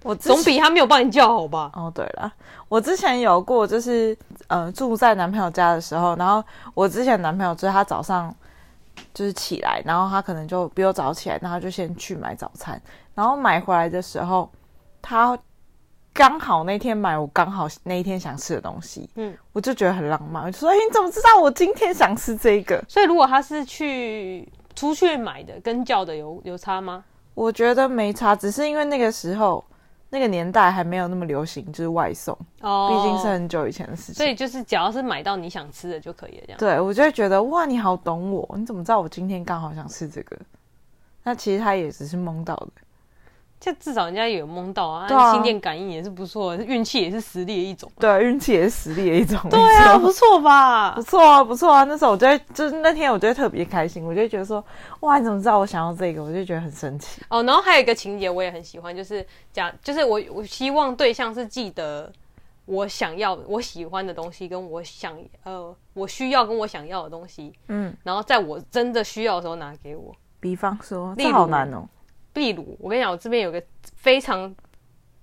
Speaker 1: 我之前
Speaker 2: 总比他没有帮你叫好吧？
Speaker 1: 哦，对了，我之前有过，就是呃住在男朋友家的时候，然后我之前男朋友就是他早上就是起来，然后他可能就比我早起来，然后就先去买早餐，然后买回来的时候，他刚好那天买我刚好那一天想吃的东西，
Speaker 2: 嗯，
Speaker 1: 我就觉得很浪漫，我就说，哎、你怎么知道我今天想吃这个？
Speaker 2: 所以如果他是去出去买的，跟叫的有有差吗？
Speaker 1: 我觉得没差，只是因为那个时候那个年代还没有那么流行，就是外送，
Speaker 2: 哦，
Speaker 1: 毕竟是，很久以前的事情，
Speaker 2: 所以就是只要是买到你想吃的就可以了，这样。
Speaker 1: 对我就会觉得哇，你好懂我，你怎么知道我今天刚好想吃这个？那其实他也只是蒙到的，
Speaker 2: 这至少人家也有蒙到啊，
Speaker 1: 对啊
Speaker 2: 心电感应也是不错，运气也是实力的一种。
Speaker 1: 对，啊运气也是实力的一种。
Speaker 2: 对
Speaker 1: 没
Speaker 2: 啊，
Speaker 1: 错
Speaker 2: 不错吧
Speaker 1: 不？错啊，不错啊！那时候我就会，就是那天我就会特别开心，我就会觉得说，哇，你怎么知道我想要这个？我就觉得很神奇。
Speaker 2: 哦，然后还有一个情节我也很喜欢，就是讲，就是我我希望对象是记得我想要、我喜欢的东西，跟我想呃我需要跟我想要的东西，
Speaker 1: 嗯，
Speaker 2: 然后在我真的需要的时候拿给我。
Speaker 1: 比方说，
Speaker 2: 例
Speaker 1: 这
Speaker 2: 如
Speaker 1: 好难哦。
Speaker 2: 例如，我跟你讲，我这边有个非常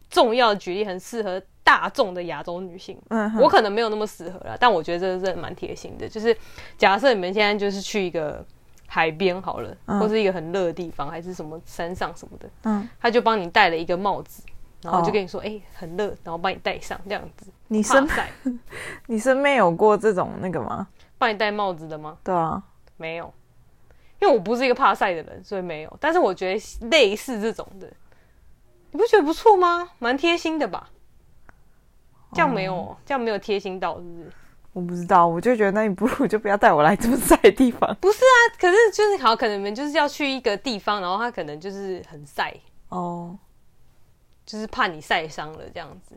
Speaker 2: 重要的举例，很适合大众的亚洲女性。
Speaker 1: 嗯哼，
Speaker 2: 我可能没有那么适合啦，但我觉得这真的蛮贴心的。就是假设你们现在就是去一个海边好了，
Speaker 1: 嗯
Speaker 2: 或是一个很热的地方，还是什么山上什么的，
Speaker 1: 嗯，
Speaker 2: 他就帮你戴了一个帽子，然后
Speaker 1: 哦
Speaker 2: 就跟你说：“哎、很热，然后帮你戴上这样子。”
Speaker 1: 你
Speaker 2: 怕
Speaker 1: 身
Speaker 2: 晒，
Speaker 1: 你身边有过这种那个吗？
Speaker 2: 帮你戴帽子的吗？
Speaker 1: 对啊，
Speaker 2: 没有，因为我不是一个怕晒的人，所以没有。但是我觉得类似这种的，你不觉得不错吗？蛮贴心的吧？这样没有，这样没有贴心到，是不是？
Speaker 1: 我不知道，我就觉得那你不如 *laughs* 就不要带我来这么晒的地方。
Speaker 2: 不是啊，可是就是好，可能你们就是要去一个地方，然后他可能就是很晒，
Speaker 1: 哦，
Speaker 2: 就是怕你晒伤了这样子，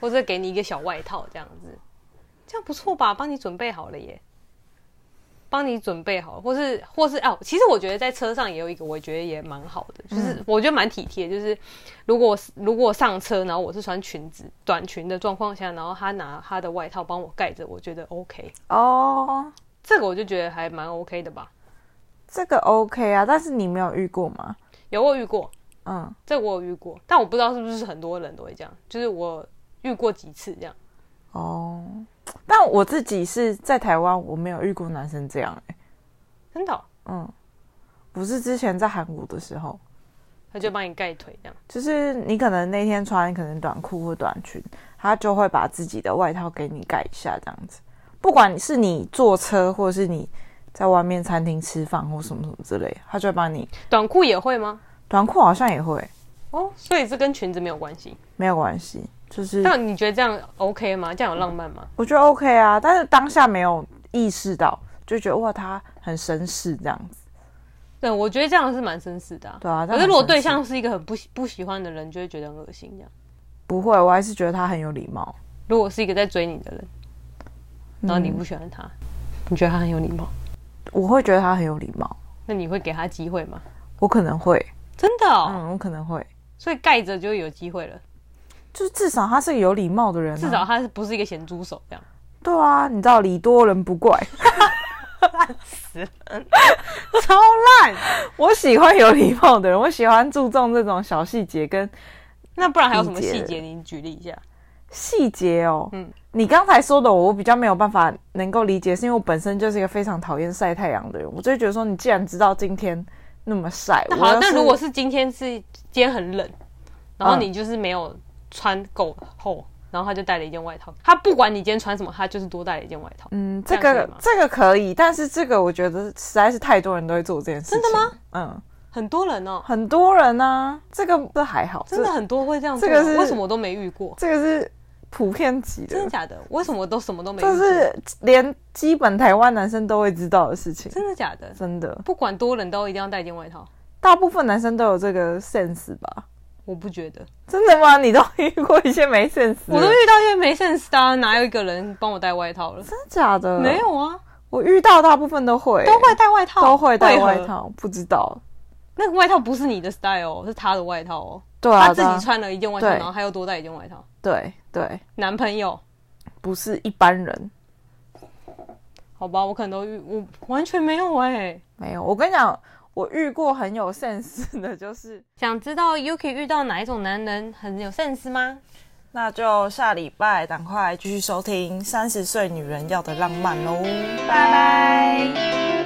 Speaker 2: 或者给你一个小外套这样子，这样不错吧？帮你准备好了耶，帮你准备好，或是或是哦，其实我觉得在车上也有一个，我觉得也蛮好的，就是我觉得蛮体贴，就是如果如果上车，然后我是穿裙子短裙的状况下，然后他拿他的外套帮我盖着，我觉得 OK，
Speaker 1: 哦，
Speaker 2: 这个我就觉得还蛮 OK 的吧。
Speaker 1: 这个 OK 啊，但是你没有遇过吗？
Speaker 2: 有我有遇过，
Speaker 1: 嗯，
Speaker 2: 这我有遇过，但我不知道是不是很多人都会这样，就是我遇过几次这样。
Speaker 1: 哦，但我自己是在台湾，我没有遇过男生这样、欸。
Speaker 2: 真的哦、
Speaker 1: 嗯，不是之前在韩国的时候，
Speaker 2: 他就帮你盖腿这样。
Speaker 1: 就是你可能那天穿可能短裤或短裙，他就会把自己的外套给你盖一下，这样子。不管是你坐车，或者是你在外面餐厅吃饭或什么什么之类，他就会帮你
Speaker 2: 短裤也会吗？
Speaker 1: 短裤好像也会
Speaker 2: 哦，所以这跟裙子没有关系。
Speaker 1: 没有关系，就是
Speaker 2: 那你觉得这样 OK 吗？这样有浪漫吗？
Speaker 1: 我觉得 OK 啊，但是当下没有意识到，就觉得哇他很绅士这样子，
Speaker 2: 对，我觉得这样是蛮绅士的、啊。
Speaker 1: 对啊。
Speaker 2: 可是如果对
Speaker 1: 但很绅士
Speaker 2: 象是一个很不喜不喜欢的人，就会觉得很恶心。这样，
Speaker 1: 不会，我还是觉得他很有礼貌。
Speaker 2: 如果是一个在追你的人，然后你
Speaker 1: 嗯
Speaker 2: 不喜欢他，你觉得他很有礼貌，
Speaker 1: 我会觉得他很有礼貌，
Speaker 2: 那你会给他机会吗？
Speaker 1: 我可能会，
Speaker 2: 真的、哦，
Speaker 1: 嗯，我可能会，
Speaker 2: 所以盖着就有机会了。
Speaker 1: 就是至少他是个有礼貌的人、啊，
Speaker 2: 至少他是不是一个咸猪手这样？
Speaker 1: 对啊，你知道礼多人不
Speaker 2: *laughs*
Speaker 1: 怪，
Speaker 2: 超烂！
Speaker 1: 我喜欢有礼貌的人，我喜欢注重这种小细节跟
Speaker 2: 那不然还有什么
Speaker 1: 理解
Speaker 2: 细
Speaker 1: 了
Speaker 2: 节？你举例一下。
Speaker 1: 细节哦。
Speaker 2: 嗯
Speaker 1: 嗯，你刚才说的我比较没有办法能够理解，是因为我本身就是一个非常讨厌晒太阳的人，我就会觉得说，你既然知道今天那么晒，
Speaker 2: 那
Speaker 1: 我要
Speaker 2: 好，
Speaker 1: 是
Speaker 2: 那如果是今天是今天很冷，然后
Speaker 1: 嗯
Speaker 2: 你就是没有穿够厚，然后他就带了一件外套。他不管你今天穿什么，他就是多带了一件外套。
Speaker 1: 嗯，这
Speaker 2: 这样可
Speaker 1: 个
Speaker 2: 以吗
Speaker 1: 这个可以，但是这个我觉得实在是太多人都会做这件事情。
Speaker 2: 真的吗？
Speaker 1: 嗯，
Speaker 2: 很多人哦，
Speaker 1: 很多人呢、啊，这个这还好，
Speaker 2: 真的
Speaker 1: 这
Speaker 2: 很多会这样做。
Speaker 1: 这个是
Speaker 2: 为什么我都没遇过？
Speaker 1: 这个是普遍级
Speaker 2: 真的
Speaker 1: 的，
Speaker 2: 假的？为什么我都什么都没遇
Speaker 1: 这
Speaker 2: 过？
Speaker 1: 是连基本台湾男生都会知道的事情。
Speaker 2: 真的假的？
Speaker 1: 真的，
Speaker 2: 不管多冷都一定要带一件外套？
Speaker 1: 大部分男生都有这个 sense 吧？
Speaker 2: 我不觉得，
Speaker 1: 真的吗？你都遇过一些没 sense？的
Speaker 2: 我都遇到一些没 sense 的啊、哪有一个人帮我带外套了？
Speaker 1: 真的假的？
Speaker 2: 没，有啊，
Speaker 1: 我遇到大部分都会、
Speaker 2: 都会带外套，
Speaker 1: 都会带
Speaker 2: 为何
Speaker 1: 外。套，不知道。
Speaker 2: 那个外套不是你的 style，哦是他的外套哦。
Speaker 1: 对啊，
Speaker 2: 他自
Speaker 1: 对啊
Speaker 2: 己穿了一件外套，
Speaker 1: 对
Speaker 2: 然后他又多带一件外套。
Speaker 1: 对对，
Speaker 2: 男朋友，
Speaker 1: 不是一般人。
Speaker 2: 好吧，我可能都遇我完全没有哎、
Speaker 1: 没有，我跟你讲，我遇过很有 sense 的，就是
Speaker 2: 想知道 Yuki 遇到哪一种男人很有 sense 吗？
Speaker 1: 那就下礼拜赶快继续收听《三十岁女人要的浪漫》喽，拜拜。
Speaker 2: 拜。